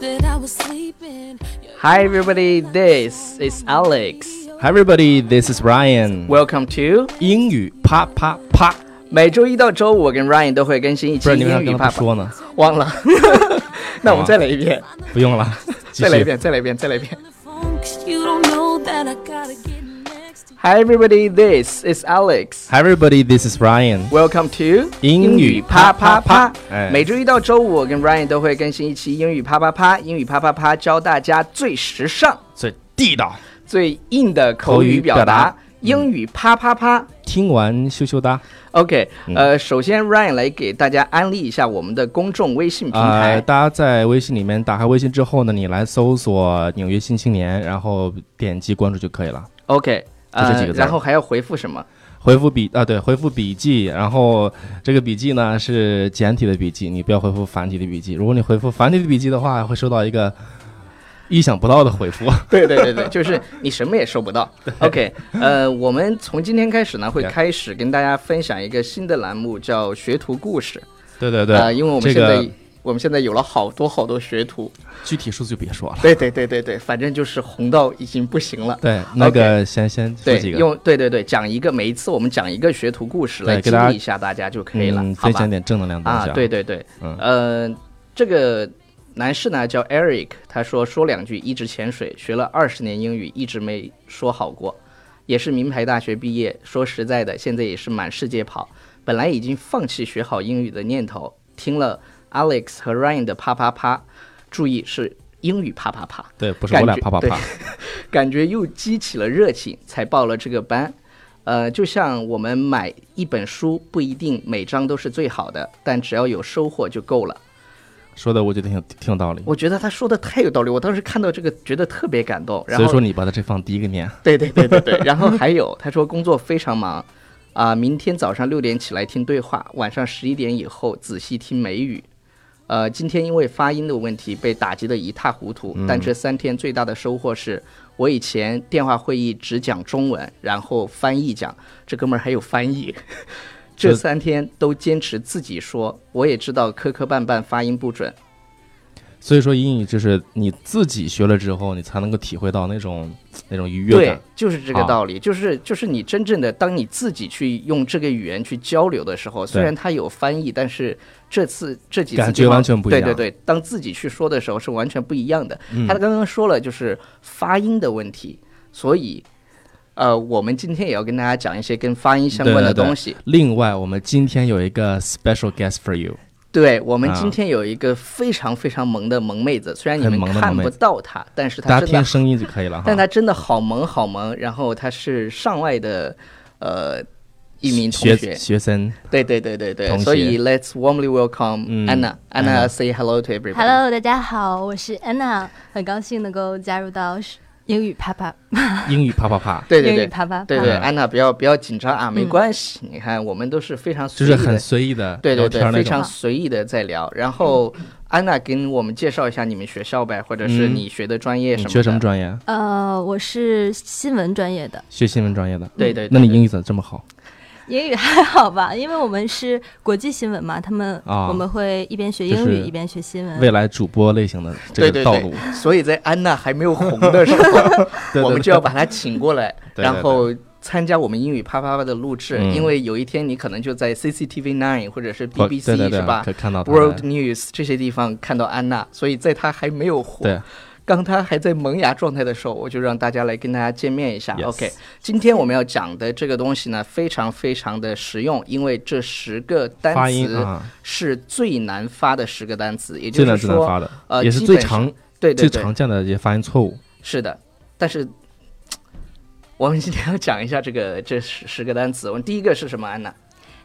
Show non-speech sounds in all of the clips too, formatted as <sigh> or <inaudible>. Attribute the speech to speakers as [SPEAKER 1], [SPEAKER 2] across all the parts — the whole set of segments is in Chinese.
[SPEAKER 1] that I was sleeping.
[SPEAKER 2] Hi, everybody. This is Alex.
[SPEAKER 3] Hi everybody, this is Ryan。
[SPEAKER 2] Welcome to
[SPEAKER 3] 英语啪啪啪，
[SPEAKER 2] 每周一到周五，我跟 Ryan 都会更新一
[SPEAKER 3] 不
[SPEAKER 2] 期
[SPEAKER 3] 是你为啥
[SPEAKER 2] 英
[SPEAKER 3] 跟
[SPEAKER 2] 语
[SPEAKER 3] 他
[SPEAKER 2] 啪
[SPEAKER 3] 不
[SPEAKER 2] 啪。
[SPEAKER 3] 说呢？
[SPEAKER 2] 忘了， <laughs> 那我们再来一遍，
[SPEAKER 3] 不用了，继
[SPEAKER 2] 再来一
[SPEAKER 3] 续。
[SPEAKER 2] 遍，再来一遍，再来一遍。
[SPEAKER 1] The phone, 'cause you don't know that I gotta get next to you.
[SPEAKER 2] Hi, everybody. This is Alex.
[SPEAKER 3] Hi everybody, this is Ryan。
[SPEAKER 2] Welcome to
[SPEAKER 3] 英语啪啪啪哎
[SPEAKER 2] 每周一到周五，我跟 Ryan 都会更新一期英语啪啪啪。英语啪啪啪教大家最时尚、
[SPEAKER 3] 最地道，
[SPEAKER 2] 最硬的口语表达。
[SPEAKER 3] 口语表达
[SPEAKER 2] 英语啪啪啪。
[SPEAKER 3] 听完羞羞哒。
[SPEAKER 2] OK，、呃，
[SPEAKER 3] 嗯
[SPEAKER 2] 首先 Ryan 来给大家安利一下我们的公众微信平
[SPEAKER 3] 啊、
[SPEAKER 2] 台。
[SPEAKER 3] 大家在微信里面打开微信之后呢，你来搜索“纽约新青年”，然后点击关注就可以了。
[SPEAKER 2] OK，
[SPEAKER 3] 就这
[SPEAKER 2] 呃
[SPEAKER 3] 几个，字儿
[SPEAKER 2] 然后还要回复什么？
[SPEAKER 3] 回复笔啊，对，回复笔记，然后这个笔记呢是简体的笔记，你不要回复繁体的笔记。如果你回复繁体的笔记的话，会收到一个意想不到的
[SPEAKER 2] <laughs>
[SPEAKER 3] 回复。
[SPEAKER 2] 对对对对，就是你什么也收不到。OK，呃，我们从今天开始呢，会
[SPEAKER 3] Yeah
[SPEAKER 2] 开始跟大家分享一个新的栏目，叫学徒故事。
[SPEAKER 3] 对对对，
[SPEAKER 2] 呃，因为我们
[SPEAKER 3] 这
[SPEAKER 2] 现在、
[SPEAKER 3] 个
[SPEAKER 2] 我们现在有了好多好多学徒。
[SPEAKER 3] 具体数字就别说了。
[SPEAKER 2] 对对对对对，反正就是红到已经不行了。
[SPEAKER 3] 对，那个先先说
[SPEAKER 2] 对，
[SPEAKER 3] 几个，
[SPEAKER 2] 用对对对讲一个，每一次我们讲一个学徒故事
[SPEAKER 3] 对
[SPEAKER 2] 来
[SPEAKER 3] 给
[SPEAKER 2] 激
[SPEAKER 3] 大家
[SPEAKER 2] 励一下大家就可以了，
[SPEAKER 3] 嗯，
[SPEAKER 2] 好
[SPEAKER 3] 分
[SPEAKER 2] 吧
[SPEAKER 3] 享？点正能量的东
[SPEAKER 2] 啊
[SPEAKER 3] 西，
[SPEAKER 2] 对，对对，
[SPEAKER 3] 嗯
[SPEAKER 2] 呃，这个男士呢叫 Eric，他说说两句一直潜水，学了二十年英语，一直没说好过，也是名牌大学毕业。说实在的，现在也是满世界跑，本来已经放弃学好英语的念头，听了 Alex 和 Ryan 的啪啪啪，注意是英语啪啪啪，
[SPEAKER 3] 对，不是
[SPEAKER 2] 感
[SPEAKER 3] 我俩
[SPEAKER 2] 觉
[SPEAKER 3] 啪啪
[SPEAKER 2] 对
[SPEAKER 3] 啪，
[SPEAKER 2] 感觉又激起了热情，才报了这个班。呃，就像我们买一本书，不一定每章都是最好的，但只要有收获就够了。
[SPEAKER 3] 说的我觉得挺有挺有道理。
[SPEAKER 2] 我觉得他说的太有道理，我当时看到这个觉得特别感动。然
[SPEAKER 3] 所以说
[SPEAKER 2] 后，
[SPEAKER 3] 你把它这放第一个念，
[SPEAKER 2] 对对对对对， <laughs> 然后还有他说工作非常忙，啊、明天早上六点起来听对话，晚上十一点以后仔细听美语。呃，今天因为发音的问题被打击得一塌糊涂，
[SPEAKER 3] 嗯
[SPEAKER 2] 但这三天最大的收获是，我以前电话会议只讲中文，然后翻译讲，这哥们儿还有翻译。 <laughs> 这
[SPEAKER 3] 这
[SPEAKER 2] 三天都坚持自己说，我也知道磕磕绊绊发音不准，
[SPEAKER 3] 所以说英语就是你自己学了之后，你才能够体会到那种那种愉悦
[SPEAKER 2] 对
[SPEAKER 3] 感。，
[SPEAKER 2] 就是这个
[SPEAKER 3] 啊
[SPEAKER 2] 道理，就是就是你真正的当你自己去用这个语言去交流的时候，虽然它有翻译，但是这次这几次对
[SPEAKER 3] 感觉
[SPEAKER 2] 话
[SPEAKER 3] 完全不一
[SPEAKER 2] 对
[SPEAKER 3] 样
[SPEAKER 2] 对对，当自己去说的时候是完全不一样的。
[SPEAKER 3] 嗯
[SPEAKER 2] 他刚刚说了就是发音的问题，所以呃，我们今天也要跟大家讲一些跟发音相关的
[SPEAKER 3] 对对对
[SPEAKER 2] 东西。
[SPEAKER 3] 另外，我们今天有一个 special guest for you，
[SPEAKER 2] 对我们
[SPEAKER 3] 啊
[SPEAKER 2] 今天有一个非常非常萌的萌妹子，虽然你
[SPEAKER 3] 很
[SPEAKER 2] 们
[SPEAKER 3] 萌的
[SPEAKER 2] 看
[SPEAKER 3] 萌妹
[SPEAKER 2] 不
[SPEAKER 3] 子
[SPEAKER 2] 到她，但啊是她
[SPEAKER 3] 大家
[SPEAKER 2] 真的
[SPEAKER 3] 听声音就可以了哈。
[SPEAKER 2] 但他真的好萌好萌，然后他是上外的，呃，一名同
[SPEAKER 3] 学
[SPEAKER 2] 学，
[SPEAKER 3] 学生，
[SPEAKER 2] 对对对对对，
[SPEAKER 3] 同学
[SPEAKER 2] 所以 let's warmly welcome
[SPEAKER 3] 嗯
[SPEAKER 2] Anna，Anna、
[SPEAKER 3] Anna
[SPEAKER 2] say hello to everybody。
[SPEAKER 4] Hello，大家好，我是 Anna，很高兴能够加入到英语啪啪，
[SPEAKER 3] 英语啪啪啪，
[SPEAKER 2] 对对
[SPEAKER 4] 英语嗯
[SPEAKER 2] 对。
[SPEAKER 4] 啪啪，
[SPEAKER 2] 对对，
[SPEAKER 3] 嗯
[SPEAKER 2] 安娜不要不要紧张啊，没关系。你看，我们都是非常
[SPEAKER 3] 就
[SPEAKER 2] 随意
[SPEAKER 3] 是
[SPEAKER 2] 的，
[SPEAKER 3] 很随意的
[SPEAKER 2] 对对
[SPEAKER 3] 聊
[SPEAKER 2] 对，
[SPEAKER 3] 天
[SPEAKER 2] 非
[SPEAKER 3] 那
[SPEAKER 2] 常
[SPEAKER 3] 种。
[SPEAKER 2] 随意的在聊。然后，
[SPEAKER 4] 嗯
[SPEAKER 2] 安娜跟我们介绍一下你们学校呗，或者是
[SPEAKER 3] 嗯
[SPEAKER 2] 你学的专业什
[SPEAKER 3] 你
[SPEAKER 2] 么的。
[SPEAKER 3] 学什么专业？
[SPEAKER 4] 呃，我是新闻专业的，
[SPEAKER 3] 学新闻专业的。
[SPEAKER 2] 对对对
[SPEAKER 3] 那你
[SPEAKER 2] 对
[SPEAKER 3] 英语怎么这么好？
[SPEAKER 4] 英语还好吧？因为我们是国际新闻嘛，他们、
[SPEAKER 3] 啊
[SPEAKER 4] 我们会一边学英
[SPEAKER 3] 就是
[SPEAKER 4] 语一边学新闻。
[SPEAKER 3] 未来主播类型的
[SPEAKER 2] 对
[SPEAKER 3] 这
[SPEAKER 2] 嗯对
[SPEAKER 3] 个道
[SPEAKER 2] 对
[SPEAKER 3] 路，，
[SPEAKER 2] 所以在安娜还没有红的时候，
[SPEAKER 3] <laughs> 对
[SPEAKER 2] 我们就要把她请过来，
[SPEAKER 3] 对对
[SPEAKER 2] 然后参加我们英语啪啪啪的录制，
[SPEAKER 3] 嗯
[SPEAKER 2] 因为有一天你可能就在 CCTV Nine 或者是
[SPEAKER 3] 我对
[SPEAKER 2] BBC
[SPEAKER 3] 对对
[SPEAKER 2] 是吧
[SPEAKER 3] 可以看到他
[SPEAKER 2] ？World News 这些地方看到安娜，所以在她还没有
[SPEAKER 3] 对
[SPEAKER 2] 红，刚她还在萌芽状态的时候，我就让大家来跟大家见面一下。
[SPEAKER 3] Yes
[SPEAKER 2] OK，今天我们要讲的这个东西呢，非常非常的实用，因为这十个单
[SPEAKER 3] 发音
[SPEAKER 2] 词
[SPEAKER 3] 啊，
[SPEAKER 2] 是最难发的十个单词，也就
[SPEAKER 3] 最
[SPEAKER 2] 是
[SPEAKER 3] 难最难
[SPEAKER 2] 说，
[SPEAKER 3] 发的，
[SPEAKER 2] 呃，
[SPEAKER 3] 也是
[SPEAKER 2] 基
[SPEAKER 3] 最
[SPEAKER 2] 本上
[SPEAKER 3] 常
[SPEAKER 2] 对对
[SPEAKER 3] 最
[SPEAKER 2] 对
[SPEAKER 3] 常，见的一些发音错误。
[SPEAKER 2] 是的，但是我们今天要讲一下这个这十十个单词。我们第一个是什么？安娜，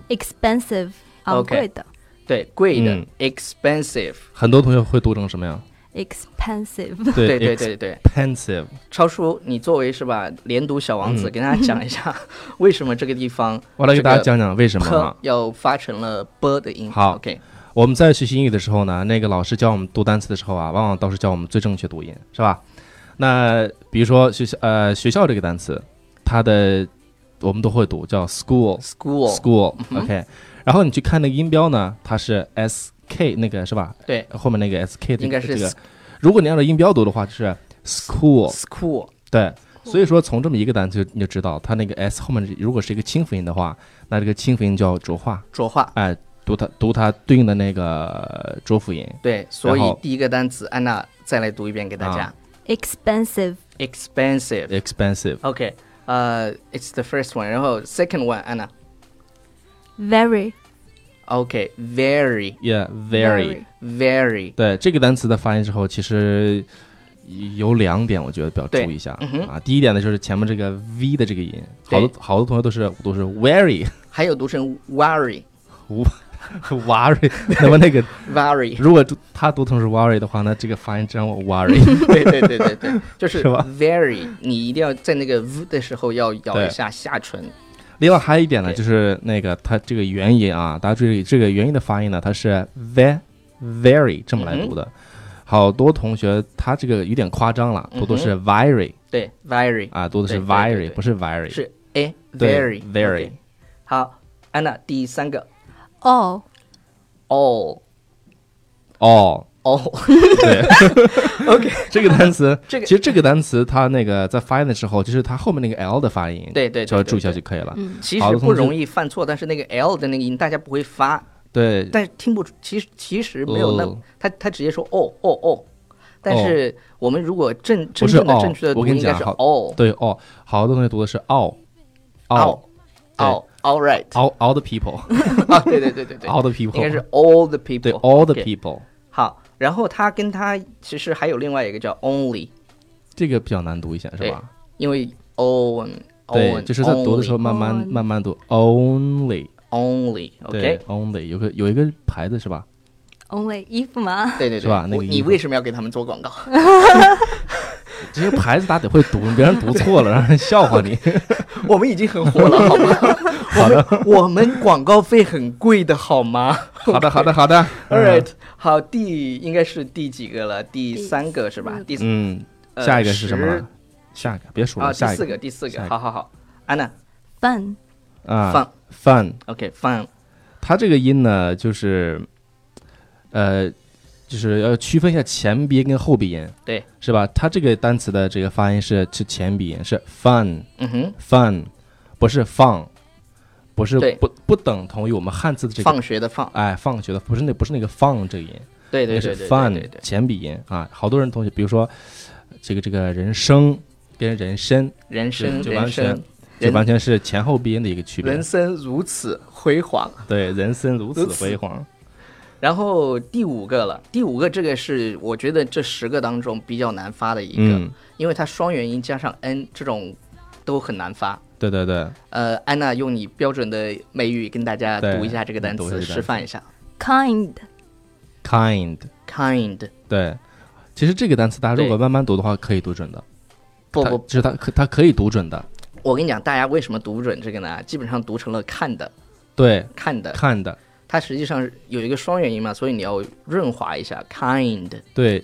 [SPEAKER 4] expensive，昂
[SPEAKER 2] OK
[SPEAKER 4] 贵的
[SPEAKER 2] 对，贵的、
[SPEAKER 3] 嗯
[SPEAKER 2] expensive，
[SPEAKER 3] 很多同学会读成什么呀？
[SPEAKER 4] expensive，
[SPEAKER 3] 对
[SPEAKER 2] 对对对对。
[SPEAKER 3] ，expensive，
[SPEAKER 2] 超叔，你作为是吧连读小王子，
[SPEAKER 3] 嗯
[SPEAKER 2] 跟大家讲一
[SPEAKER 3] <laughs>
[SPEAKER 2] 下为什么这个地方
[SPEAKER 3] 我来给大
[SPEAKER 2] 这
[SPEAKER 3] 家
[SPEAKER 2] 个
[SPEAKER 3] 讲讲为什么
[SPEAKER 2] 呵
[SPEAKER 3] 啊。
[SPEAKER 2] 要发成了波的音。
[SPEAKER 3] 好
[SPEAKER 2] ，OK，
[SPEAKER 3] 我们在学习英语的时候呢，那个老师教我们读单词的时候啊，往往都是教我们最正确读音，是吧？那比如说学校呃学校这个单词，它的我们都会读叫 school
[SPEAKER 2] school，嗯
[SPEAKER 3] school OK，然后你去看那个音标呢，它是 S K 那个是吧？
[SPEAKER 2] 对，
[SPEAKER 3] 后面那个 S K 这
[SPEAKER 2] 应该
[SPEAKER 3] 个
[SPEAKER 2] 是
[SPEAKER 3] 这个，如果你按照音标读的话，就是 school。
[SPEAKER 2] school
[SPEAKER 3] 对，所以说从这么一个单词就你就知道，它那个 s 后面是如果是一个清辅音的话，那这个清辅音叫浊化，
[SPEAKER 2] 浊化。
[SPEAKER 3] 哎，读它读它对应的那个浊辅音。
[SPEAKER 2] 对，所
[SPEAKER 3] 然
[SPEAKER 2] 以
[SPEAKER 3] 后
[SPEAKER 2] 第一个单词，安娜再来读一遍给大家。
[SPEAKER 3] 啊
[SPEAKER 4] expensive
[SPEAKER 2] expensive。
[SPEAKER 3] expensive
[SPEAKER 2] OK，呃、i t s the first one。然后 second one，安娜。
[SPEAKER 4] very
[SPEAKER 2] OK，very、
[SPEAKER 3] yeah very。
[SPEAKER 2] very。
[SPEAKER 3] 对这个单词的发音之后，其实有两点我觉得比较注意一下
[SPEAKER 2] 对嗯哼
[SPEAKER 3] 啊。第一点呢，就是前面这个 v 的这个音，好
[SPEAKER 2] 对
[SPEAKER 3] 多好多同学都是都是
[SPEAKER 2] <laughs>
[SPEAKER 3] very
[SPEAKER 2] 还有读成 worry
[SPEAKER 3] worry，那么那个
[SPEAKER 2] worry。
[SPEAKER 3] 如果读他读成是 worry 的话，那这个发音真让我 worry。
[SPEAKER 2] 对对对
[SPEAKER 3] <laughs>
[SPEAKER 2] 对对，就是
[SPEAKER 3] 是吧
[SPEAKER 2] very，你一定要在那个 v 的时候要咬一下下唇。
[SPEAKER 3] 另外还有一点呢，
[SPEAKER 2] 对
[SPEAKER 3] 就是那个它这个元音啊，大家注意这个元音的发音呢，它是 ve very 这么来
[SPEAKER 2] 嗯
[SPEAKER 3] 读的。好多同学他这个有点夸张了，读的是 very
[SPEAKER 2] 对，very
[SPEAKER 3] 啊，读的是
[SPEAKER 2] 嗯对对对
[SPEAKER 3] very
[SPEAKER 2] 对
[SPEAKER 3] 不是 very。
[SPEAKER 2] 是 a
[SPEAKER 3] 对
[SPEAKER 2] very
[SPEAKER 3] very
[SPEAKER 2] OK 好，安娜第三个
[SPEAKER 4] all
[SPEAKER 2] <laughs> all
[SPEAKER 3] all
[SPEAKER 2] all
[SPEAKER 3] 哦
[SPEAKER 2] <laughs>
[SPEAKER 3] 对
[SPEAKER 2] OK
[SPEAKER 3] 这个单词，
[SPEAKER 2] <laughs> 这个
[SPEAKER 3] 其实这个单词它那个在发音的时候，就是它后面那个 l 的发音，
[SPEAKER 2] 对对对
[SPEAKER 3] 就要注意一
[SPEAKER 2] 对
[SPEAKER 3] 下
[SPEAKER 2] 对
[SPEAKER 3] 就可以了。
[SPEAKER 4] 嗯
[SPEAKER 2] 其
[SPEAKER 3] 好
[SPEAKER 2] 实
[SPEAKER 3] 的
[SPEAKER 2] 不
[SPEAKER 3] 同志
[SPEAKER 2] 容易犯错，但是那个 L 的那个音大家不会发，
[SPEAKER 3] 对，
[SPEAKER 2] 但是听不出，其实其实没有那
[SPEAKER 3] 哦
[SPEAKER 2] 他他直接说哦哦哦，但是我们如果正真
[SPEAKER 3] 不是
[SPEAKER 2] 正的
[SPEAKER 3] 哦
[SPEAKER 2] 正确的
[SPEAKER 3] 我
[SPEAKER 2] 读
[SPEAKER 3] 跟
[SPEAKER 2] 应
[SPEAKER 3] 你
[SPEAKER 2] 该
[SPEAKER 3] 讲
[SPEAKER 2] 是
[SPEAKER 3] 好
[SPEAKER 2] 哦
[SPEAKER 3] 对哦，好多同学读的是 all all
[SPEAKER 2] 哦哦 all <laughs> right
[SPEAKER 3] all all the people
[SPEAKER 2] 啊，对对对对对，
[SPEAKER 3] <laughs> all the people
[SPEAKER 2] 应该是 all the
[SPEAKER 3] 对
[SPEAKER 2] people
[SPEAKER 3] all the
[SPEAKER 2] OK，
[SPEAKER 3] people
[SPEAKER 2] 好，然后它跟它其实还有另外一个叫 only，
[SPEAKER 3] 这个比较难读一些是
[SPEAKER 2] 对
[SPEAKER 3] 吧？
[SPEAKER 2] 因为 own
[SPEAKER 3] 对，
[SPEAKER 2] own
[SPEAKER 3] 就是在读的时候慢慢
[SPEAKER 4] only
[SPEAKER 3] 慢慢读 only
[SPEAKER 2] only OK。
[SPEAKER 3] 对 only 有个有一个牌子是吧？
[SPEAKER 4] only 衣服吗？
[SPEAKER 2] 对对对，
[SPEAKER 3] 是吧那个
[SPEAKER 2] 我
[SPEAKER 3] 衣
[SPEAKER 2] 你
[SPEAKER 3] 服
[SPEAKER 2] 为什么要给他们做广告？ <laughs>
[SPEAKER 3] 这些牌子大家得会读，别人读错了让人笑话你。
[SPEAKER 2] 我们已经很火了，好
[SPEAKER 3] <laughs>
[SPEAKER 2] 吗？ <laughs> 我 <laughs> 们我们广告费很贵的，好吗
[SPEAKER 3] 好的好的好的
[SPEAKER 2] ？All right，好，第应该是第几个了？第三个是吧？第四
[SPEAKER 3] 嗯，
[SPEAKER 2] 呃
[SPEAKER 3] 下一个是什
[SPEAKER 2] 十
[SPEAKER 3] 么？下一个别数
[SPEAKER 2] 啊，
[SPEAKER 3] 了，
[SPEAKER 2] 第
[SPEAKER 3] 嗯下一
[SPEAKER 2] 四个，第四
[SPEAKER 3] 下
[SPEAKER 2] 个，
[SPEAKER 3] 一个
[SPEAKER 2] 好好好，安娜
[SPEAKER 4] 饭
[SPEAKER 3] 啊
[SPEAKER 2] fun
[SPEAKER 3] fun，
[SPEAKER 2] ，OK，fun，
[SPEAKER 3] 它这个音呢就是呃就是要区分一下前鼻音跟后鼻音，
[SPEAKER 2] 对，
[SPEAKER 3] 是吧？它这个单词的这个发音是是前鼻音，是 fun。
[SPEAKER 2] 嗯哼，
[SPEAKER 3] fun，不是放，不是
[SPEAKER 2] 对
[SPEAKER 3] 不不等同于我们汉字的这个
[SPEAKER 2] 放学的放，
[SPEAKER 3] 哎放学的，不是那不是那个放这个音，
[SPEAKER 2] 对
[SPEAKER 3] 那
[SPEAKER 2] 对
[SPEAKER 3] 是
[SPEAKER 2] 对对对对
[SPEAKER 3] fun
[SPEAKER 2] 对，
[SPEAKER 3] 前鼻音啊。好多人同学，比如说这个这个人生跟人参
[SPEAKER 2] 人
[SPEAKER 3] 就
[SPEAKER 2] 生
[SPEAKER 3] 嗯就
[SPEAKER 2] 人
[SPEAKER 3] 完全
[SPEAKER 2] 生
[SPEAKER 3] 就
[SPEAKER 2] 人
[SPEAKER 3] 完全是前后鼻音的一个区别
[SPEAKER 2] 人。生如此辉煌。
[SPEAKER 3] 对，人生如此
[SPEAKER 2] 如此
[SPEAKER 3] 辉煌。
[SPEAKER 2] 然后第五个了，第五个这个是我觉得这十个当中比较难发的一个，
[SPEAKER 3] 嗯，
[SPEAKER 2] 因为它双元音加上 n 这种都很难发。
[SPEAKER 3] 对对对，
[SPEAKER 2] 呃，安娜用你标准的美语跟大家
[SPEAKER 3] 对
[SPEAKER 2] 读一下这个单
[SPEAKER 3] 读一下这
[SPEAKER 2] 词，
[SPEAKER 3] 个单词
[SPEAKER 2] 示范一下。
[SPEAKER 4] kind
[SPEAKER 3] kind，
[SPEAKER 2] kind，
[SPEAKER 3] 对。其实这个单词大家如果
[SPEAKER 2] 对
[SPEAKER 3] 慢慢读的话，可以读准的。
[SPEAKER 2] 不
[SPEAKER 3] 它
[SPEAKER 2] 不，
[SPEAKER 3] 就是它可它可以读准的。
[SPEAKER 2] 我跟你讲，大家为什么读不准这个呢？基本上读成了看的
[SPEAKER 3] 对，
[SPEAKER 2] 看的，
[SPEAKER 3] 看的，
[SPEAKER 2] 它实际上有一个双元音嘛，所以你要润滑一下。kind，
[SPEAKER 3] 对，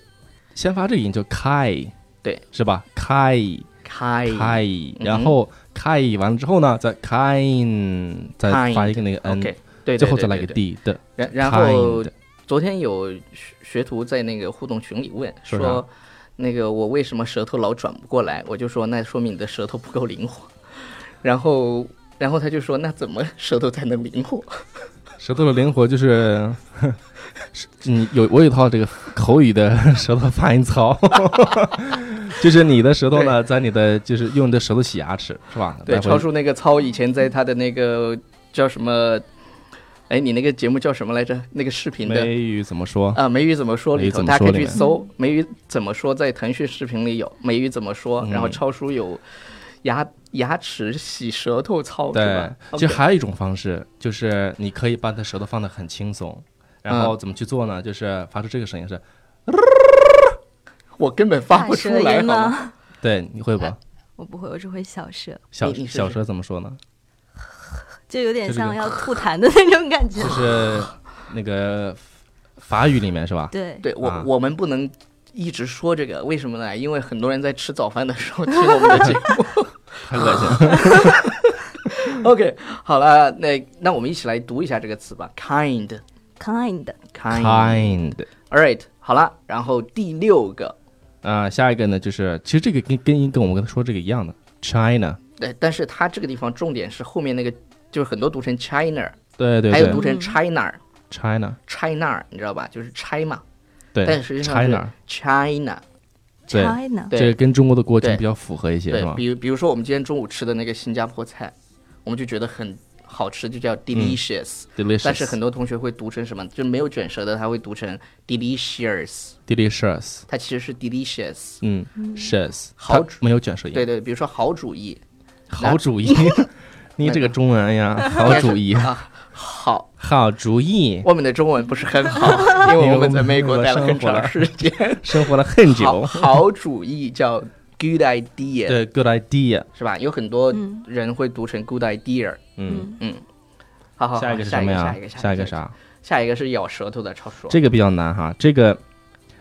[SPEAKER 3] 先发这个音叫 kai，
[SPEAKER 2] 对，
[SPEAKER 3] 是吧？kai。
[SPEAKER 2] kind，OK，、
[SPEAKER 3] kai，
[SPEAKER 2] 嗯
[SPEAKER 3] 然后 kai 完了之后呢，再 kind，再
[SPEAKER 2] Kind，
[SPEAKER 3] 发一个那个
[SPEAKER 2] OK，
[SPEAKER 3] n，
[SPEAKER 2] 对对对
[SPEAKER 3] 嗯最后再来个
[SPEAKER 2] 对
[SPEAKER 3] d 的。
[SPEAKER 2] 然然后
[SPEAKER 3] kind
[SPEAKER 2] 昨天有学学徒在那个互动群里问
[SPEAKER 3] 说
[SPEAKER 2] 说，那个我为什么舌头老转不过来？我就说那说明你的舌头不够灵活。然后然后他就说那怎么舌头才能灵活？
[SPEAKER 3] 舌头的灵活就是， <laughs> 是你有我有一套这个口语的 <laughs> 舌头发音操， <laughs> 就是你的舌头呢，在你的就是用你的舌头洗牙齿是吧？
[SPEAKER 2] 对，
[SPEAKER 3] 来回
[SPEAKER 2] 超叔那个操以前在他的那个叫什么？哎，你那个节目叫什么来着？那个视频的
[SPEAKER 3] 美语怎么说？
[SPEAKER 2] <laughs> 啊，梅雨怎么说
[SPEAKER 3] 梅
[SPEAKER 2] 里
[SPEAKER 3] 雨
[SPEAKER 2] 头，
[SPEAKER 3] 怎么
[SPEAKER 2] 大家可
[SPEAKER 3] 说
[SPEAKER 2] 以
[SPEAKER 3] 里
[SPEAKER 2] 去
[SPEAKER 3] 面
[SPEAKER 2] 搜梅雨怎么说，在腾讯视频里有梅雨怎么说，然后
[SPEAKER 3] 嗯
[SPEAKER 2] 超叔有牙牙齿洗舌头操是
[SPEAKER 3] 对
[SPEAKER 2] 吧？，哦
[SPEAKER 3] 其实
[SPEAKER 2] OK
[SPEAKER 3] 还有一种方式，就是你可以把它舌头放得很轻松，然
[SPEAKER 2] 嗯
[SPEAKER 3] 后怎么去做呢？就是发出这个声音是，
[SPEAKER 2] 我根本发
[SPEAKER 4] 大
[SPEAKER 2] 不出
[SPEAKER 4] 舌
[SPEAKER 2] 来，
[SPEAKER 4] 音
[SPEAKER 2] 好吗？
[SPEAKER 4] 吗？
[SPEAKER 3] 对，你会吧？
[SPEAKER 4] 我不会，我只会小舌，
[SPEAKER 3] 哎小
[SPEAKER 2] 你你试试
[SPEAKER 3] 小舌怎么说呢？
[SPEAKER 4] 就有点
[SPEAKER 3] 就这
[SPEAKER 4] 像
[SPEAKER 3] 个
[SPEAKER 4] 要吐痰的那种感觉。
[SPEAKER 3] 就是那个法语里面是吧？
[SPEAKER 4] 对，
[SPEAKER 2] 对我
[SPEAKER 3] 啊
[SPEAKER 2] 我们不能一直说这个，为什么呢？因为很多人在吃早饭的时候听我们的
[SPEAKER 3] <laughs>
[SPEAKER 2] <laughs> 节目。
[SPEAKER 3] 很恶
[SPEAKER 2] 啊
[SPEAKER 3] 心。
[SPEAKER 2] OK，好了，那那我们一起来读一下这个词吧，kind，kind。
[SPEAKER 4] kind
[SPEAKER 2] All right，好了，然后第六个，
[SPEAKER 3] 啊、下一个呢就是，其实这个跟跟跟我们说这个一样的，China，
[SPEAKER 2] 对，但是它这个地方重点是后面那个，就是很多读成 China，
[SPEAKER 3] 对对
[SPEAKER 2] 还有
[SPEAKER 3] 对
[SPEAKER 2] 读成
[SPEAKER 4] 嗯
[SPEAKER 2] China
[SPEAKER 3] ，China，
[SPEAKER 2] China，你知道吧？就是 China 但
[SPEAKER 3] 对
[SPEAKER 2] 实际上是
[SPEAKER 3] ，China，
[SPEAKER 2] China，
[SPEAKER 3] 对
[SPEAKER 4] China，
[SPEAKER 3] 这个啊
[SPEAKER 2] 对
[SPEAKER 3] 跟中国的国情
[SPEAKER 2] 对
[SPEAKER 3] 比较符合一些，是
[SPEAKER 2] 对，
[SPEAKER 3] 吧？
[SPEAKER 2] 比如比如说我们今天中午吃的那个新加坡菜，我们就觉得很好吃，就叫 delicious，、
[SPEAKER 3] 嗯 delicious，
[SPEAKER 2] 但是很多同学会读成什么，就没有卷舌的，他会读成 delicious，
[SPEAKER 3] delicious，
[SPEAKER 2] 它其实是 delicious。
[SPEAKER 3] 嗯 s h i s
[SPEAKER 2] 好
[SPEAKER 3] 没有卷舌音，
[SPEAKER 2] 对对，比如说好主意，
[SPEAKER 3] 好主意， <laughs> 你这个中文哎呀，好主意，
[SPEAKER 2] 啊，好，
[SPEAKER 3] 好主意，
[SPEAKER 2] 我们的中文不是很好，
[SPEAKER 3] <laughs>
[SPEAKER 2] 因为我们在美国待了很长时间。
[SPEAKER 3] 生活了很
[SPEAKER 2] 好
[SPEAKER 3] 久，
[SPEAKER 2] 好主意叫 good idea，
[SPEAKER 3] 对，good idea，
[SPEAKER 2] 是吧？有很多
[SPEAKER 4] 嗯
[SPEAKER 2] 人会读成 good idea。
[SPEAKER 3] 嗯，
[SPEAKER 2] 嗯，好好，嗯好
[SPEAKER 3] 下一个是什么呀
[SPEAKER 2] 下一个，？
[SPEAKER 3] 下一
[SPEAKER 2] 一
[SPEAKER 3] 个
[SPEAKER 2] 个？
[SPEAKER 3] 啥？
[SPEAKER 2] 下一个是咬舌头的超说。
[SPEAKER 3] 这个比较难哈，这个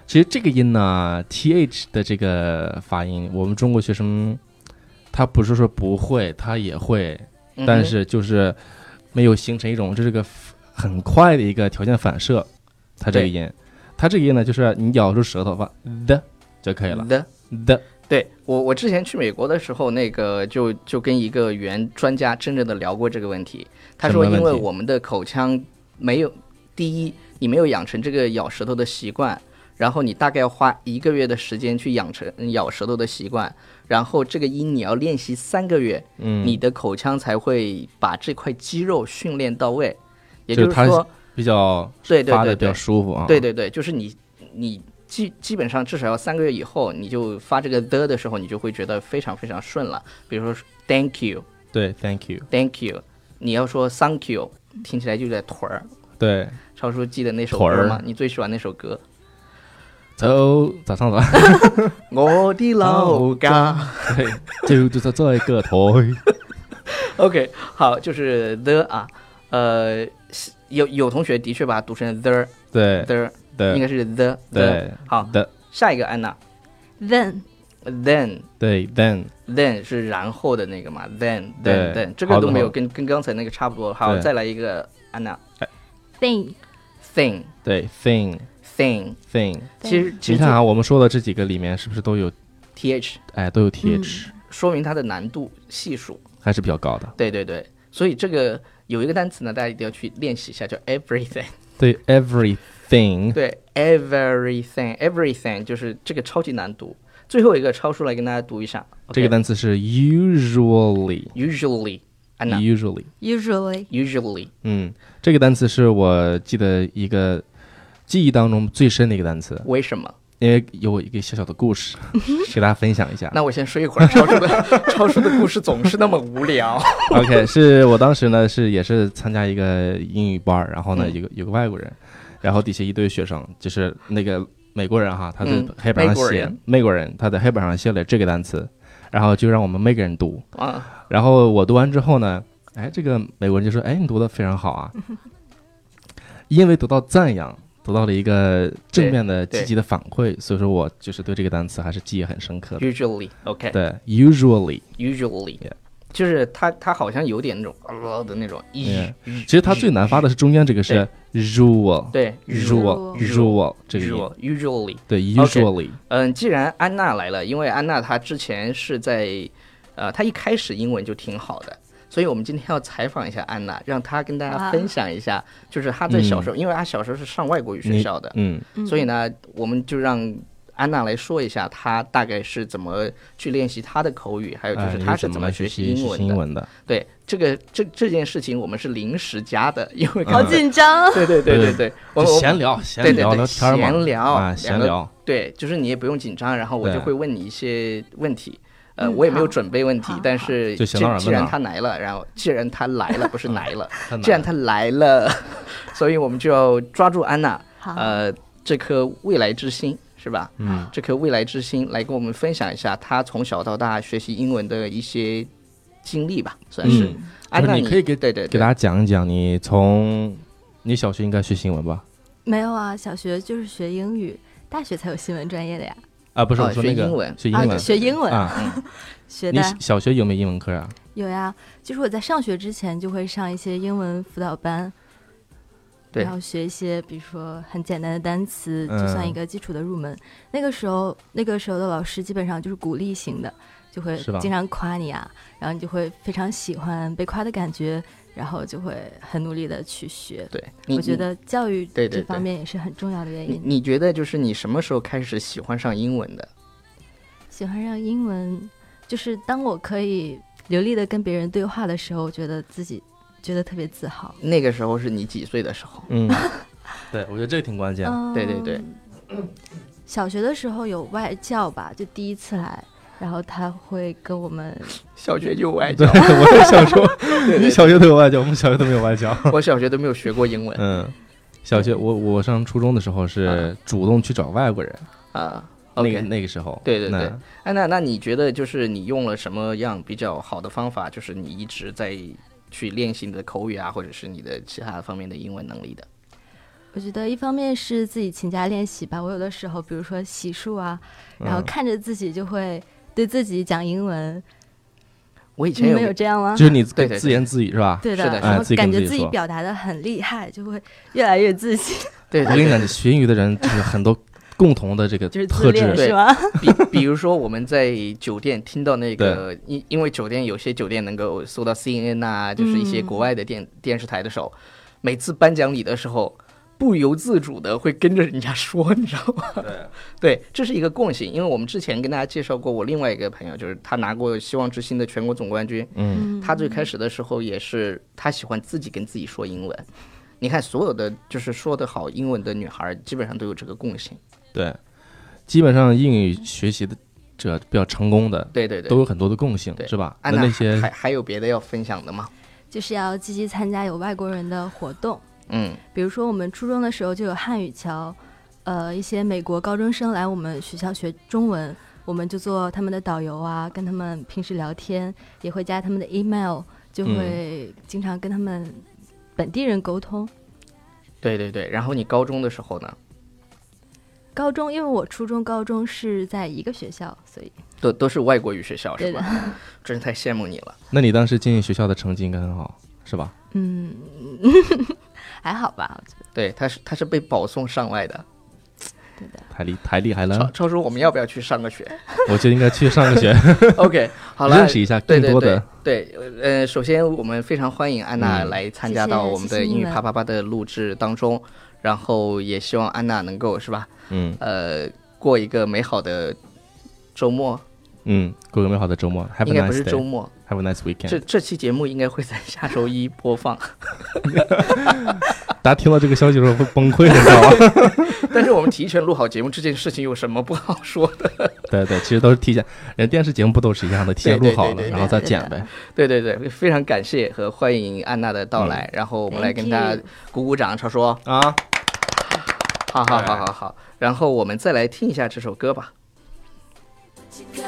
[SPEAKER 3] 其实这个音呢，th 的这个发音，我们中国学生他不是说不会，他也会，
[SPEAKER 2] 嗯哼
[SPEAKER 3] 但是就是没有形成一种这是个 f- 很快的一个条件反射，他这个
[SPEAKER 2] 对
[SPEAKER 3] 音，他这个音呢，就是你咬住舌头发的就可以了
[SPEAKER 2] 的，
[SPEAKER 3] 的，
[SPEAKER 2] 对我我之前去美国的时候，那个就就跟一个语言专家真正的聊过这个问题。他说，
[SPEAKER 3] 什么
[SPEAKER 2] 因
[SPEAKER 3] 问题
[SPEAKER 2] 为我们的口腔没有第一，你没有养成这个咬舌头的习惯，然后你大概要花一个月的时间去养成嗯咬舌头的习惯，然后这个音你要练习三个月，
[SPEAKER 3] 嗯，
[SPEAKER 2] 你的口腔才会把这块肌肉训练到位。也
[SPEAKER 3] 就是
[SPEAKER 2] 就是
[SPEAKER 3] 它
[SPEAKER 2] 说，
[SPEAKER 3] 比较
[SPEAKER 2] 对对
[SPEAKER 3] 发的
[SPEAKER 2] 对
[SPEAKER 3] 比较
[SPEAKER 2] 对
[SPEAKER 3] 舒服啊，
[SPEAKER 2] 对对对，就是你你基基本上至少要三个月以后，你就发这个的的时候，你就会觉得非常非常顺了。比如说 thank you
[SPEAKER 3] 对，thank you，
[SPEAKER 2] thank you，你要说 thank you，听起来就有点腿儿。
[SPEAKER 3] 对，
[SPEAKER 2] 超叔记得那首
[SPEAKER 3] 腿儿
[SPEAKER 2] 歌吗？你最喜欢那首歌？
[SPEAKER 3] 走，咋唱咋？
[SPEAKER 2] 我的老家。
[SPEAKER 3] 对，就就是这一
[SPEAKER 2] <laughs>
[SPEAKER 3] 个腿，
[SPEAKER 2] OK，好，就是 the 啊，呃，有有同学的确把它读成 the
[SPEAKER 3] 对
[SPEAKER 2] the，应
[SPEAKER 3] 对
[SPEAKER 2] 该是 the 呃 the。
[SPEAKER 3] 对
[SPEAKER 2] 好，
[SPEAKER 3] 的。
[SPEAKER 2] 下一个安娜
[SPEAKER 4] then
[SPEAKER 2] then
[SPEAKER 3] 对，then
[SPEAKER 2] then 是然后的那个嘛，then
[SPEAKER 3] 对
[SPEAKER 2] then then 这
[SPEAKER 3] 好
[SPEAKER 2] 个
[SPEAKER 3] 的
[SPEAKER 2] 都没
[SPEAKER 3] 好
[SPEAKER 2] 有
[SPEAKER 3] 的
[SPEAKER 2] 跟跟刚才那个差不多。好，
[SPEAKER 3] 对
[SPEAKER 2] 再来一个安娜
[SPEAKER 4] thing
[SPEAKER 2] thing
[SPEAKER 3] 对 thing
[SPEAKER 2] thing，
[SPEAKER 3] thing。
[SPEAKER 4] 对
[SPEAKER 2] 其实其
[SPEAKER 3] 你
[SPEAKER 2] 实
[SPEAKER 3] 看啊，我们说的这几个里面，是不是都有
[SPEAKER 2] 就 th
[SPEAKER 3] 哎都有 th，、
[SPEAKER 2] 说明它的难度系数，
[SPEAKER 3] 还是比较高的。
[SPEAKER 2] 对对对，所以这个有一个单词呢，大家一定要去练习一下，叫 everything， <laughs>
[SPEAKER 3] 对 everything，
[SPEAKER 2] 对 everything everything 就是这个超级难读。最后一个超出来跟大家读一下
[SPEAKER 3] 这个单词是 usually
[SPEAKER 2] usually 安娜
[SPEAKER 3] usually。
[SPEAKER 4] usually
[SPEAKER 2] usually
[SPEAKER 3] 嗯，这个单词是我记得一个记忆当中最深的一个单词，
[SPEAKER 2] 为什么？
[SPEAKER 3] 因为哎有我一个小小的故事给大家分享一下。
[SPEAKER 2] 嗯那我先说一会儿，超叔的 <laughs> 超叔的故事总是那么无聊。
[SPEAKER 3] OK，是我当时呢是也是参加一个英语班儿，然后呢
[SPEAKER 2] 嗯
[SPEAKER 3] 有个有个外国人，然后底下一堆学生，就是那个美国人哈，他在
[SPEAKER 2] 嗯
[SPEAKER 3] 黑板上
[SPEAKER 2] 美国
[SPEAKER 3] 写
[SPEAKER 2] 人
[SPEAKER 3] 美国人，他在黑板上写了这个单词，然后就让我们每个人读，
[SPEAKER 2] 啊，
[SPEAKER 3] 然后我读完之后呢，哎，这个美国人就说，哎，你读的非常好啊，
[SPEAKER 2] 嗯
[SPEAKER 3] 因为得到赞扬。得到了一个正面的、
[SPEAKER 2] 对
[SPEAKER 3] 积极的反馈，所以说我就是对这个单词还是记忆很深刻的。
[SPEAKER 2] usually OK
[SPEAKER 3] 对，usually，
[SPEAKER 2] usually
[SPEAKER 3] Yeah
[SPEAKER 2] 就是它它好像有点那种呃的那种
[SPEAKER 3] Yeah
[SPEAKER 2] 一，
[SPEAKER 3] 其实它最难发的是中间这个是 rule，
[SPEAKER 2] 对
[SPEAKER 3] rule rule
[SPEAKER 4] Rule
[SPEAKER 3] 这个
[SPEAKER 2] usual
[SPEAKER 3] 音
[SPEAKER 2] usually
[SPEAKER 3] 对
[SPEAKER 2] OK
[SPEAKER 3] usually
[SPEAKER 2] 嗯，既然安娜来了，因为安娜她之前是在呃，她一开始英文就挺好的。所以，我们今天要采访一下安娜，让她跟大家
[SPEAKER 4] 哇
[SPEAKER 2] 分享一下，就是她在小时
[SPEAKER 3] 嗯
[SPEAKER 2] 候，因为她小时候是上外国语学
[SPEAKER 3] 你
[SPEAKER 2] 校的，
[SPEAKER 3] 嗯
[SPEAKER 2] 所以呢，我们就让安娜来说一下，她大概是怎么去练习她的口语，还有就是
[SPEAKER 3] 哎
[SPEAKER 2] 她
[SPEAKER 3] 你
[SPEAKER 2] 是
[SPEAKER 3] 怎
[SPEAKER 2] 怎
[SPEAKER 3] 来
[SPEAKER 2] 么
[SPEAKER 3] 学
[SPEAKER 2] 习英
[SPEAKER 3] 习
[SPEAKER 2] 文
[SPEAKER 3] 英
[SPEAKER 2] 的。
[SPEAKER 3] 文的？
[SPEAKER 2] 对，这个这这件事情我们是临时加的，因为
[SPEAKER 4] 好
[SPEAKER 2] 刚才、
[SPEAKER 4] 紧张，
[SPEAKER 3] 嗯
[SPEAKER 2] 对对对对对，我
[SPEAKER 3] 就
[SPEAKER 2] 我
[SPEAKER 3] 闲聊闲
[SPEAKER 2] 对对
[SPEAKER 3] 聊
[SPEAKER 2] 对
[SPEAKER 3] 聊天儿嘛，
[SPEAKER 2] 闲聊
[SPEAKER 3] 啊
[SPEAKER 2] 两
[SPEAKER 3] 闲
[SPEAKER 2] 个
[SPEAKER 3] 聊
[SPEAKER 2] 对，就是你也不用紧张，然后我
[SPEAKER 3] 对
[SPEAKER 2] 就会问你一些问题。呃，
[SPEAKER 4] 嗯
[SPEAKER 2] 我也没有
[SPEAKER 4] 好
[SPEAKER 2] 准备问题
[SPEAKER 4] 好，
[SPEAKER 2] 但是
[SPEAKER 3] 就
[SPEAKER 2] 既
[SPEAKER 3] 想到哪儿
[SPEAKER 2] 既
[SPEAKER 3] 问
[SPEAKER 2] 然
[SPEAKER 3] 哪儿
[SPEAKER 2] 他来了，然后既然他来了，不是来
[SPEAKER 3] <laughs>
[SPEAKER 2] 了，
[SPEAKER 3] 太难
[SPEAKER 2] 既然
[SPEAKER 3] 了
[SPEAKER 2] 他来了， <laughs> 所以我们就要抓住安娜，
[SPEAKER 4] 好，
[SPEAKER 2] 呃，这颗未来之星是吧？
[SPEAKER 3] 嗯
[SPEAKER 2] 这颗未来之星来跟我们分享一下他从小到大学习英文的一些经历吧，算是。
[SPEAKER 3] 嗯，
[SPEAKER 2] 安
[SPEAKER 3] 不是
[SPEAKER 2] 娜，
[SPEAKER 3] 你可以给
[SPEAKER 2] 对对
[SPEAKER 3] 给
[SPEAKER 2] 对
[SPEAKER 3] 大家讲一讲你从你小学应该学新闻吧？
[SPEAKER 4] 没有啊，小学就是学英语，大学才有新闻专业的呀，
[SPEAKER 3] 啊，不是
[SPEAKER 2] 哦
[SPEAKER 3] 我说那
[SPEAKER 2] 学嗯
[SPEAKER 3] 个
[SPEAKER 2] 英文
[SPEAKER 3] 学英
[SPEAKER 4] 啊，
[SPEAKER 3] 文
[SPEAKER 4] 学英文
[SPEAKER 3] 啊，
[SPEAKER 4] 学
[SPEAKER 3] 你
[SPEAKER 4] 的
[SPEAKER 3] 小学有没有英文课啊？
[SPEAKER 4] 有呀，就是我在上学之前就会上一些英文辅导班，
[SPEAKER 2] 对
[SPEAKER 4] 然后学一些比如说很简单的单词，
[SPEAKER 3] 嗯
[SPEAKER 4] 就算一个基础的入门。那个时候，那个时候的老师基本上就是鼓励型的，就会
[SPEAKER 3] 是吧
[SPEAKER 4] 经常夸你啊，然后你就会非常喜欢被夸的感觉，然后就会很努力的去学。
[SPEAKER 2] 对，你
[SPEAKER 4] 我觉得教育
[SPEAKER 2] 对对
[SPEAKER 4] 这方
[SPEAKER 2] 对
[SPEAKER 4] 面也是很重要的原
[SPEAKER 2] 你
[SPEAKER 4] 因。
[SPEAKER 2] 你觉得就是你什么时候开始喜欢上英文的？
[SPEAKER 4] 喜欢上英文，就是当我可以流利的跟别人对话的时候，我觉得自己觉得特别自豪。
[SPEAKER 2] 那个时候是你几岁的时候？ <laughs>
[SPEAKER 3] 嗯，对，我觉得这个挺关键的。
[SPEAKER 4] 嗯，
[SPEAKER 2] 对对对。
[SPEAKER 4] 小学的时候有外教吧，就第一次来，然后他会跟我们，
[SPEAKER 2] 小学就外 <laughs>
[SPEAKER 3] 对，
[SPEAKER 2] 教，
[SPEAKER 3] <laughs> 我也想说，
[SPEAKER 2] 嗯对
[SPEAKER 3] 你小学都有外教，我们小学都没有外教。
[SPEAKER 2] 我小学都没有学过英 <laughs> 文
[SPEAKER 3] 嗯，小学我我上初中的时候是主动去找外国人，
[SPEAKER 2] 啊。
[SPEAKER 3] 那
[SPEAKER 2] 嗯
[SPEAKER 3] 个
[SPEAKER 2] OK，
[SPEAKER 3] 那个时候，
[SPEAKER 2] 对对
[SPEAKER 3] 那
[SPEAKER 2] 对，哎，那那你觉得就是你用了什么样比较好的方法，就是你一直在去练习你的口语啊，或者是你的其他方面的英文能力的？
[SPEAKER 4] 我觉得一方面是自己勤加练习吧，我有的时候比如说洗漱啊，然后
[SPEAKER 3] 嗯
[SPEAKER 4] 看着自己就会对自己讲英文，
[SPEAKER 2] 我以
[SPEAKER 4] 你
[SPEAKER 2] 前有
[SPEAKER 4] 们有这样吗
[SPEAKER 3] 就？是你
[SPEAKER 2] 对对
[SPEAKER 3] 自言自语是吧？
[SPEAKER 4] 对
[SPEAKER 2] 是的
[SPEAKER 4] 然
[SPEAKER 3] 哎
[SPEAKER 4] 后
[SPEAKER 3] 自己跟
[SPEAKER 4] 感觉
[SPEAKER 3] 自己
[SPEAKER 4] 自己
[SPEAKER 3] 说
[SPEAKER 4] 表达的很厉害，就会越来越自信， <laughs>
[SPEAKER 2] 对
[SPEAKER 3] 我
[SPEAKER 2] 对
[SPEAKER 3] 跟你
[SPEAKER 2] 对
[SPEAKER 3] 讲，这学英语的人就是很多共同的这个
[SPEAKER 4] 就是
[SPEAKER 3] 特质
[SPEAKER 4] 自恋，
[SPEAKER 2] 对
[SPEAKER 4] 是吗？
[SPEAKER 2] 比 <laughs> 比如说我们在酒店听到那个，因因为酒店有些酒店能够搜到 CNN 啊，就是一些国外的电、电视台的时候，每次颁奖礼的时候，不由自主的会跟着人家说，你知道吗？ <laughs> 对，这是一个共性，因为我们之前跟大家介绍过，我另外一个朋友就是他拿过《希望之星》的全国总冠军，
[SPEAKER 3] 嗯，
[SPEAKER 2] 他最开始的时候也是他喜欢自己跟自己说英文。你看，所有的就是说得好英文的女孩，基本上都有这个共性。
[SPEAKER 3] 对，基本上英语学习的者比较成功的
[SPEAKER 2] 对对对，
[SPEAKER 3] 都有很多的共性，
[SPEAKER 2] 对
[SPEAKER 3] 是吧？那
[SPEAKER 2] 安娜
[SPEAKER 3] 那些
[SPEAKER 2] 还还有别的要分享的吗？
[SPEAKER 4] 就是要积极参加有外国人的活动。
[SPEAKER 2] 嗯，
[SPEAKER 4] 比如说我们初中的时候就有汉语桥，呃，一些美国高中生来我们学校学中文，我们就做他们的导游啊，跟他们平时聊天，也会加他们的 email，就会经常跟他们本地人沟通。
[SPEAKER 2] 对对对。然后你高中的时候呢，
[SPEAKER 4] 高中，因为我初中、高中是在一个学校，所以
[SPEAKER 2] 都都是外国语学校是
[SPEAKER 4] 对的
[SPEAKER 2] 吧？， <laughs> 真是太羡慕你了。
[SPEAKER 3] 那你当时进学校的成绩应该很好，是吧？
[SPEAKER 4] 嗯， <laughs> 还好吧，我觉得，
[SPEAKER 2] 对，他是他是被保送上外的。
[SPEAKER 4] 对的。
[SPEAKER 2] <laughs>
[SPEAKER 3] 太厉太厉害
[SPEAKER 2] 超
[SPEAKER 3] 了，
[SPEAKER 2] 超叔，我们要不要去上个学 <laughs>
[SPEAKER 3] 我就应该去上个学，
[SPEAKER 2] ？OK，好了，
[SPEAKER 3] <laughs> 认识一下
[SPEAKER 2] 对
[SPEAKER 3] 更
[SPEAKER 2] 对
[SPEAKER 3] 多
[SPEAKER 2] 对
[SPEAKER 3] 的。
[SPEAKER 2] 对，呃，首先我们非常欢迎安娜
[SPEAKER 3] 嗯
[SPEAKER 2] 来参加到我们
[SPEAKER 4] 谢
[SPEAKER 2] 的
[SPEAKER 4] 谢谢谢
[SPEAKER 2] 英语
[SPEAKER 4] 你们
[SPEAKER 2] 啪啪啪的录制当中，然后也希望安娜能够是吧，
[SPEAKER 3] 嗯
[SPEAKER 2] 呃，过一个美好的周末，
[SPEAKER 3] 嗯，过个美好的周末，Have
[SPEAKER 2] 应
[SPEAKER 3] a
[SPEAKER 2] 该不
[SPEAKER 3] nice
[SPEAKER 2] 是周
[SPEAKER 3] day，Have
[SPEAKER 2] 末，
[SPEAKER 3] a nice
[SPEAKER 2] 这
[SPEAKER 3] weekend。
[SPEAKER 2] 这期节目应该会在下周一播放。
[SPEAKER 3] 大家听到这个消息的时候会崩溃，你知道
[SPEAKER 2] <laughs>
[SPEAKER 3] 吗？
[SPEAKER 2] 但是我们提前录好节目这件事情有什么不好说的？
[SPEAKER 3] 对对，其实都是提前，人电视节目不都是一样的，提
[SPEAKER 2] 对
[SPEAKER 3] 前录
[SPEAKER 2] 对
[SPEAKER 3] 好
[SPEAKER 2] 对
[SPEAKER 3] 了，
[SPEAKER 2] 对
[SPEAKER 3] 然后再
[SPEAKER 4] 对
[SPEAKER 3] 剪
[SPEAKER 4] 对
[SPEAKER 3] 呗。
[SPEAKER 2] 对对对，非常感谢和欢迎安娜的到来，然后我们来跟
[SPEAKER 4] 嗯 Thank
[SPEAKER 2] 大家
[SPEAKER 4] you
[SPEAKER 2] 鼓鼓掌，超说，
[SPEAKER 3] 啊，
[SPEAKER 2] 好好好好好，然后我们再来听一下这首歌吧。
[SPEAKER 1] You got